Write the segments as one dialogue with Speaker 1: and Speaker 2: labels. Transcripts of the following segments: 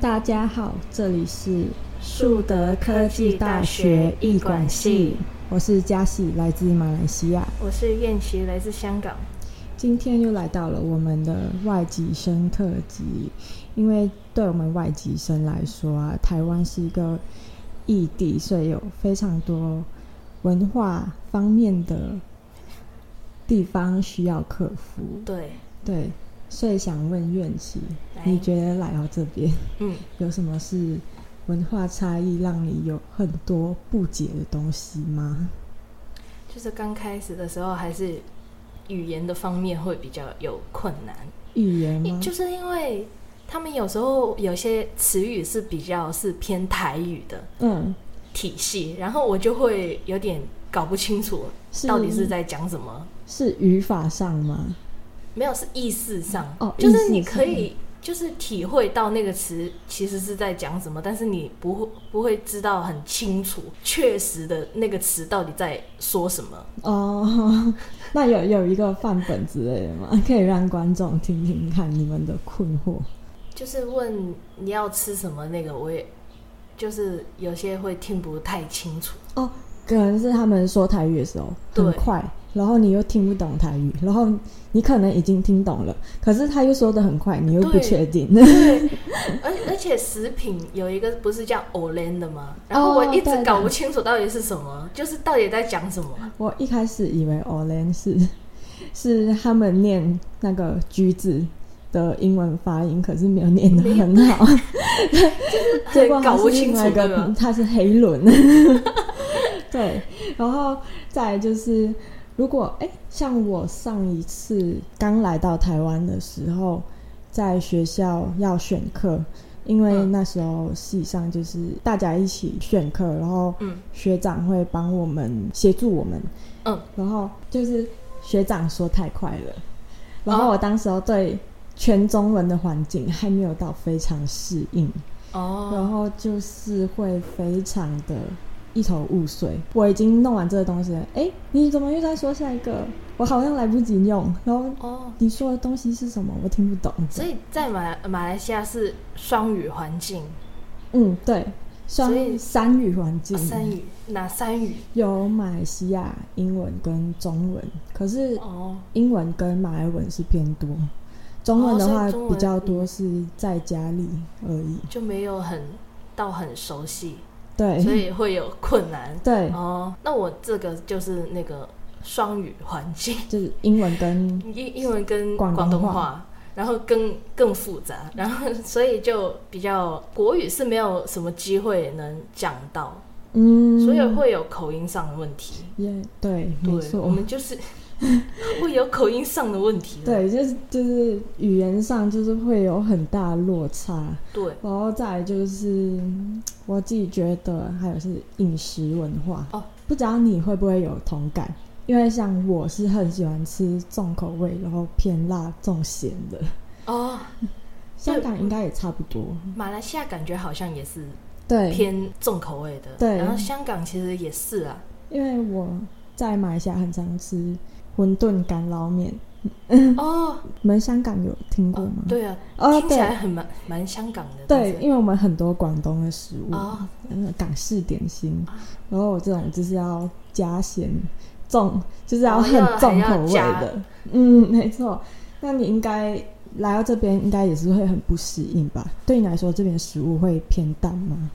Speaker 1: 大家好，这里是树德科技大学艺管系，我是嘉喜，来自马来西亚。
Speaker 2: 我是燕琪，来自香港。
Speaker 1: 今天又来到了我们的外籍生特辑，因为对我们外籍生来说啊，台湾是一个异地，所以有非常多文化方面的地方需要克服。
Speaker 2: 对，
Speaker 1: 对，所以想问苑琪，
Speaker 2: 来
Speaker 1: 你觉得来到这边
Speaker 2: 嗯，
Speaker 1: 有什么是文化差异让你有很多不解的东西吗？
Speaker 2: 就是刚开始的时候，还是语言的方面会比较有困难，
Speaker 1: 语言吗？
Speaker 2: 就是因为他们有时候有些词语是比较是偏台语的
Speaker 1: 嗯，
Speaker 2: 体系，然后我就会有点搞不清楚
Speaker 1: 是
Speaker 2: 到底是在讲什么，
Speaker 1: 是语法上吗？
Speaker 2: 没有是意思上，
Speaker 1: 哦
Speaker 2: 就是你
Speaker 1: 意思上
Speaker 2: 可以。就是体会到那个词其实是在讲什么，但是你不会不会知道很清楚，确实的那个词到底在说什么。
Speaker 1: 哦， 那有有一个范本之类的吗？可以让观众听听看你们的困惑。
Speaker 2: 就是问你要吃什么那个，我也就是有些会听不太清楚。
Speaker 1: 哦，可能是他们说台语的时候很
Speaker 2: 对
Speaker 1: 快，然后你又听不懂台语，然后你可能已经听懂了，可是他又说的很快，你又不
Speaker 2: 对
Speaker 1: 确定。
Speaker 2: 对，而而且食品有一个不是叫 Olen 的吗？然后我
Speaker 1: 对
Speaker 2: 一直
Speaker 1: 对
Speaker 2: 搞不清楚到底是什
Speaker 1: 哦
Speaker 2: 么，就是到底在讲什么。
Speaker 1: 我一开始以为 Olen 是 是他们念那个橘子的英文发音，可是没有念得很好， 结
Speaker 2: 很
Speaker 1: 果它
Speaker 2: 搞
Speaker 1: 是
Speaker 2: 不清
Speaker 1: 另外
Speaker 2: 楚
Speaker 1: 一
Speaker 2: 对
Speaker 1: 个
Speaker 2: 吧？
Speaker 1: 它是黑轮。 对，然后再来就是，如果哎，像我上一次刚来到台湾的时候，在学校要选课，因为
Speaker 2: 嗯
Speaker 1: 那时候系上就是大家一起选课，然后
Speaker 2: 嗯
Speaker 1: 学长会帮我们协助我们，
Speaker 2: 嗯，
Speaker 1: 然后就是学长说太快
Speaker 2: 哦
Speaker 1: 了，然后我当时候对全中文的环境还没有到非常适应，然
Speaker 2: 哦，
Speaker 1: 后就是会非常的一头雾水。我已经弄完这个东西了，哎，你怎么又在说下一个？我好像来不及用，然后
Speaker 2: 哦，
Speaker 1: 你说的东西是什么？我听不懂。
Speaker 2: 所以在马马来西亚是双语环境，
Speaker 1: 嗯，对，
Speaker 2: 所以
Speaker 1: 双三语环境，
Speaker 2: 啊三语哪三语？
Speaker 1: 有马来西亚英文跟中文，可是
Speaker 2: 哦，
Speaker 1: 英文跟马来文是偏多，中文的
Speaker 2: 哦所
Speaker 1: 话
Speaker 2: 以中文
Speaker 1: 比较多是在家里而已。
Speaker 2: 就没有很到很熟悉，所
Speaker 1: 对
Speaker 2: 以会有困难。
Speaker 1: 对，
Speaker 2: 哦，那我这个就是那个双语环境，
Speaker 1: 就是英文跟
Speaker 2: 英英文跟
Speaker 1: 广
Speaker 2: 广
Speaker 1: 东
Speaker 2: 东
Speaker 1: 话
Speaker 2: 话，然后更更复杂， 然后所以就比较国语是没有什么机会能讲到，
Speaker 1: 嗯，
Speaker 2: 所以会有口音上的问题。
Speaker 1: 也对，没
Speaker 2: 对，我
Speaker 1: 错，
Speaker 2: 们就是 会有口音上的问题了。
Speaker 1: 对，就是就是语言上就是会有很大的落差，
Speaker 2: 对，
Speaker 1: 然后再来就是嗯我自己觉得还有是饮食文化
Speaker 2: 哦，
Speaker 1: 不知道你会不会有同感？因为像我是很喜欢吃重口味，然后偏辣重咸的，
Speaker 2: 哦，
Speaker 1: 香港应该也差不多。
Speaker 2: 马来西亚感觉好像也是
Speaker 1: 对，
Speaker 2: 偏重口味的，
Speaker 1: 对
Speaker 2: 然后香港其实也是啊，
Speaker 1: 因为我在马来西亚很常吃馄饨干捞面，
Speaker 2: 哦，
Speaker 1: 你们香港有听过
Speaker 2: 哦
Speaker 1: 吗？
Speaker 2: 对啊，
Speaker 1: 嗯哦，
Speaker 2: 听起来
Speaker 1: 对
Speaker 2: 很蛮蛮香港
Speaker 1: 对，
Speaker 2: 的，但是
Speaker 1: 因为我们很多广东的食物，
Speaker 2: 哦，
Speaker 1: 嗯，港式点心
Speaker 2: 啊，
Speaker 1: 然后我这种就是要加咸重，就是要很
Speaker 2: 哦要
Speaker 1: 重口味
Speaker 2: 还要
Speaker 1: 的
Speaker 2: 加，
Speaker 1: 嗯，没错。那你应该来到这边，应该也是会很不适应吧？对你来说，这边食物会偏淡吗？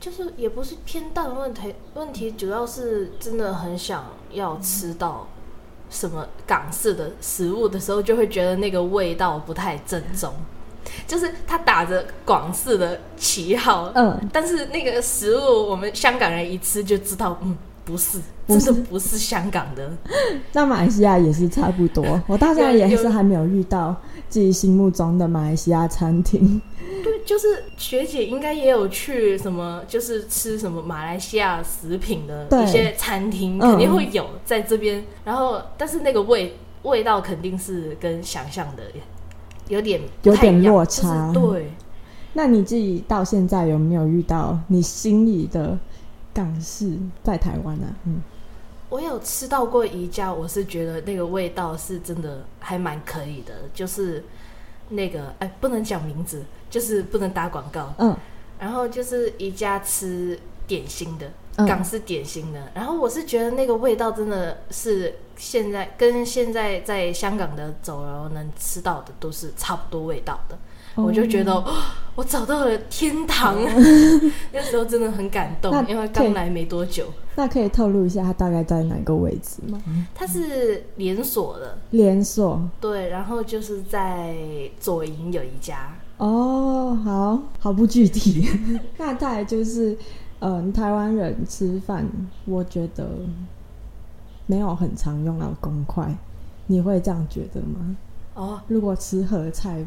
Speaker 2: 就是也不是偏淡的问题，问题主要是真的很想要吃到什么港式的食物的时候，就会觉得那个味道不太正宗，就是它打着广式的旗号，
Speaker 1: 嗯，
Speaker 2: 但是那个食物我们香港人一吃就知道，嗯，不是，
Speaker 1: 不
Speaker 2: 真
Speaker 1: 是
Speaker 2: 的不是香港的，
Speaker 1: 那马来西亚也是差不多，我到现在也
Speaker 2: 有有
Speaker 1: 是还没有遇到自己心目中的马来西亚餐厅。
Speaker 2: 对，就是学姐应该也有去什么，就是吃什么马来西亚食品的
Speaker 1: 对
Speaker 2: 一些餐厅，
Speaker 1: 嗯
Speaker 2: 肯定会有在这边。然后，但是那个味味道肯定是跟想象的有点不太一样
Speaker 1: 有点落差
Speaker 2: 就是对，
Speaker 1: 那你自己到现在有没有遇到你心里的港式在台湾啊？嗯，
Speaker 2: 我有吃到过宜家，我是觉得那个味道是真的还蛮可以的，就是那个哎，不能讲名字，就是不能打广告。
Speaker 1: 嗯
Speaker 2: 然后就是一家吃点心的，
Speaker 1: 嗯
Speaker 2: 港式点心的。然后我是觉得那个味道真的是现在跟现在在香港的走廊能吃到的都是差不多味道的。我就觉得、哦我找到了天堂， 那时候真的很感
Speaker 1: 哦那
Speaker 2: 动，因为刚来没多久。
Speaker 1: 那可以透露一下它大概在哪个位置吗？
Speaker 2: 它是连锁的，
Speaker 1: 连锁
Speaker 2: 对，然后就是在左营有一家，
Speaker 1: 哦，好好不具体。 那再来就是，嗯、台湾人吃饭，我觉得没有很常用到公筷，你会这样觉得吗？
Speaker 2: 哦，
Speaker 1: 如果吃合菜，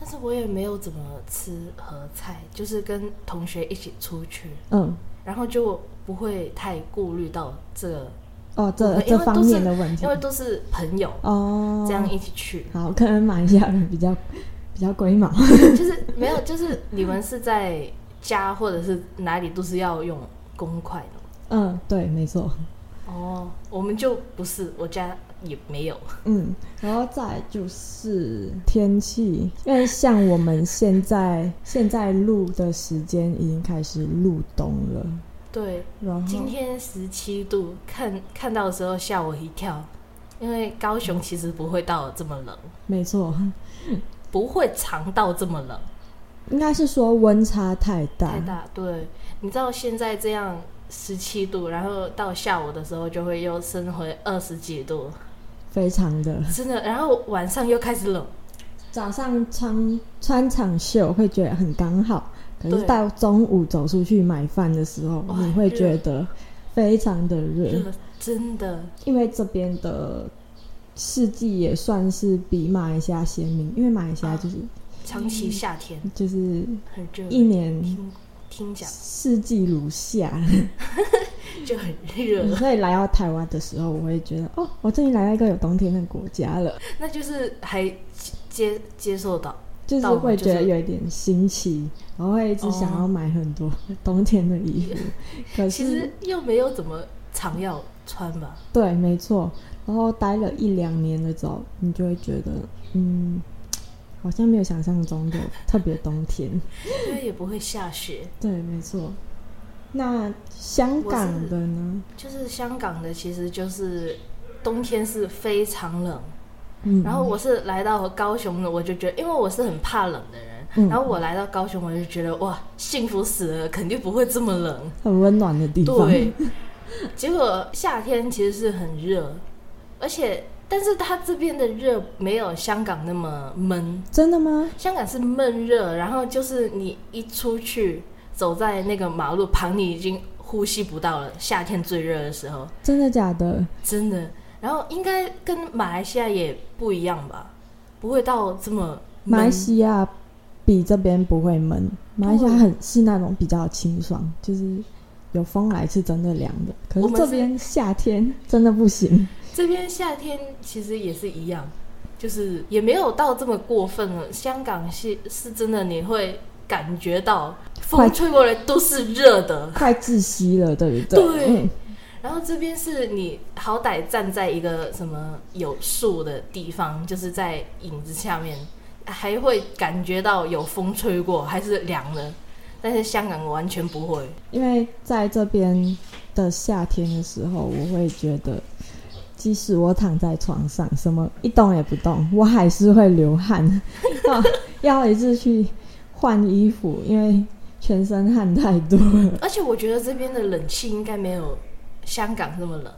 Speaker 2: 但是我也没有怎么吃合菜，就是跟同学一起出去，
Speaker 1: 嗯，
Speaker 2: 然后就不会太顾虑到这个，
Speaker 1: 哦，这
Speaker 2: 对因
Speaker 1: 这
Speaker 2: 为
Speaker 1: 方
Speaker 2: 都是
Speaker 1: 面的问题
Speaker 2: 因为都是朋友
Speaker 1: 哦，
Speaker 2: 这样一起去，
Speaker 1: 好，可能马来西亚人比较比较龟毛，
Speaker 2: 嗯就是没有，就是你们是在家或者是哪里都是要用公筷的吗。
Speaker 1: 嗯，对，没错。
Speaker 2: 哦，我们就不是，我家也没有。
Speaker 1: 嗯，然后再来就是天气，因为像我们现在现在录的时间已经开始入冬了，
Speaker 2: 对，
Speaker 1: 然后
Speaker 2: 嗯今天十七度，看看到的时候吓我一跳，因为高雄其实不会到这么冷，
Speaker 1: 没错，
Speaker 2: 不会长到这么冷，
Speaker 1: 应该是说温差太大，
Speaker 2: 太大。对，你知道现在这样十七度，然后到下午的时候就会又升回二十几度，
Speaker 1: 非常的
Speaker 2: 真的。然后晚上又开始冷，
Speaker 1: 早上穿穿长袖会觉得很刚好，可是
Speaker 2: 对
Speaker 1: 到中午走出去买饭的时候，
Speaker 2: 哇
Speaker 1: 你会觉
Speaker 2: 热
Speaker 1: 得非常的热，
Speaker 2: 热，真的。
Speaker 1: 因为这边的四季也算是比马来西亚鲜明，因为马来
Speaker 2: 啊
Speaker 1: 西亚就是、
Speaker 2: 长期夏天
Speaker 1: 就是
Speaker 2: 很热，
Speaker 1: 一年
Speaker 2: 听听讲
Speaker 1: 四季如夏，
Speaker 2: 就很热。
Speaker 1: 所以来到台湾的时候，我会觉得哦，我终于来到一个有冬天的国家了，
Speaker 2: 那就是还接接受到，
Speaker 1: 就是
Speaker 2: 到我
Speaker 1: 会
Speaker 2: 就
Speaker 1: 觉得
Speaker 2: 是哦
Speaker 1: 有一点新奇，然后会一直想要买很多 冬天的衣服。可
Speaker 2: 其
Speaker 1: 是
Speaker 2: 实又没有怎么常要穿吧。
Speaker 1: 对，没错，然后待了一两年了之后，你就会觉得嗯，好像没有想象中的特别冬 天。
Speaker 2: 因为也不会下雪。
Speaker 1: 对，没错。那香
Speaker 2: 我
Speaker 1: 港
Speaker 2: 是
Speaker 1: 的呢？
Speaker 2: 就是香港的，其实就是冬天是非常冷。
Speaker 1: 嗯，
Speaker 2: 然后我是来到高雄的，我就觉得，因为我是很怕冷的人，
Speaker 1: 嗯
Speaker 2: 然后我来到高雄，我就觉得哇，幸福死了，肯定不会这么冷。
Speaker 1: 很温暖的地方。
Speaker 2: 对，结果夏天其实是很热，而且但是它这边的热没有香港那么闷，
Speaker 1: 真的吗？
Speaker 2: 香港是闷热，然后就是你一出去走在那个马路旁，你已经呼吸不到了。夏天最热的时候，
Speaker 1: 真的假的？
Speaker 2: 真的。然后应该跟马来西亚也不一样吧，不会到这么
Speaker 1: 马来
Speaker 2: 闷
Speaker 1: 西亚比这边不会闷，马来西亚
Speaker 2: 对
Speaker 1: 很是那种比较清爽，就是有风来是真的凉的。可
Speaker 2: 我
Speaker 1: 是
Speaker 2: 们
Speaker 1: 这
Speaker 2: 是
Speaker 1: 边夏天真的不 行。
Speaker 2: 这边夏天其实也是一样，就是也没有到这么过分了。香港是是真的，你会感觉到
Speaker 1: 快
Speaker 2: 风吹过来都是热的。
Speaker 1: 快窒息了，对不对？
Speaker 2: 对
Speaker 1: 嗯
Speaker 2: 然后这边是你好歹站在一个什么有树的地方，就是在影子下面，还会感觉到有风吹过，还是凉的。但是香港完全不会，
Speaker 1: 因为在这边的夏天的时候，我会觉得，即使我躺在床上，什么一动也不动，我还是会流汗，要要一直去换衣服，因为全身汗太多了。
Speaker 2: 而且我觉得这边的冷气应该没有香港那么冷。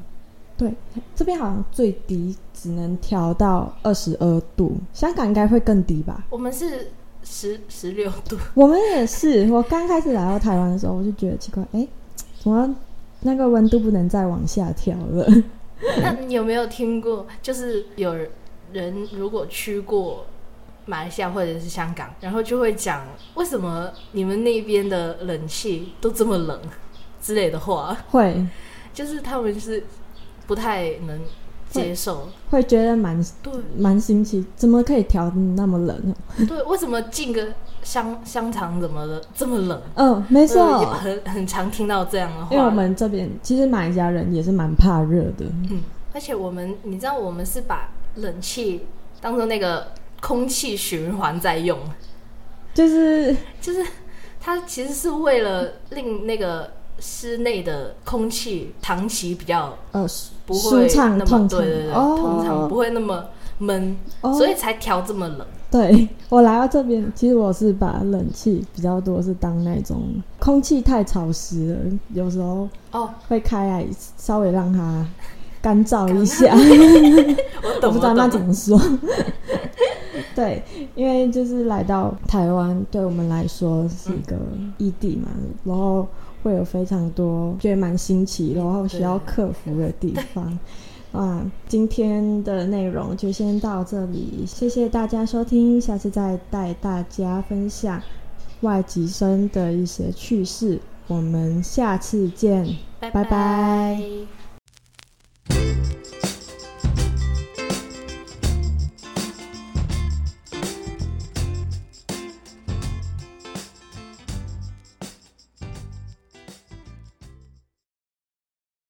Speaker 1: 对，这边好像最低只能调到二十二度，香港应该会更低吧？
Speaker 2: 我们是十十六 度，
Speaker 1: 我们也是，我刚开始来到台湾的时候，我就觉得奇怪，哎，怎么那个温度不能再往下调了？
Speaker 2: 那你有没有听过？就是有人如果去过马来西亚或者是香港，然后就会讲为什么你们那边的冷气都这么冷之类的话，
Speaker 1: 会
Speaker 2: 就是他们是不太能接受。
Speaker 1: 会觉得蛮
Speaker 2: 对
Speaker 1: 蛮新奇，怎么可以调得那么冷？啊
Speaker 2: 对，为什么进个香香肠怎么了这么冷？
Speaker 1: 嗯，没错，
Speaker 2: 呃很很常听到这样的话。
Speaker 1: 因为我们这边其实马来西亚人也是蛮怕热的，
Speaker 2: 嗯而且我们，你知道，我们是把冷气当做那个空气循环在用，
Speaker 1: 就是
Speaker 2: 就是它其实是为了令那个室内的空气长期比较
Speaker 1: 呃
Speaker 2: 不
Speaker 1: 舒
Speaker 2: 会
Speaker 1: 畅
Speaker 2: 那
Speaker 1: 通
Speaker 2: 么
Speaker 1: 畅
Speaker 2: 对对对，
Speaker 1: 哦
Speaker 2: 通常不会那么闷，
Speaker 1: 哦
Speaker 2: 所以才调这么冷。
Speaker 1: 对我来到这边，其实我是把冷气比较多是当那种空气太潮湿了，有时候
Speaker 2: 哦，
Speaker 1: 会开来稍微让它干燥一下，
Speaker 2: 我
Speaker 1: 我
Speaker 2: 懂，
Speaker 1: 不知道
Speaker 2: 我
Speaker 1: 那怎
Speaker 2: 懂。
Speaker 1: 么说。 对，因为就是来到台湾，对我们来说是一个异地嘛，然后会有非常多觉得蛮新奇，然后需要克服的地方。啊，今天的内容就先到这里，谢谢大家收听，下次再带大家分享外籍生的一些趣事，我们下次见，拜
Speaker 2: 拜
Speaker 1: 拜
Speaker 2: 拜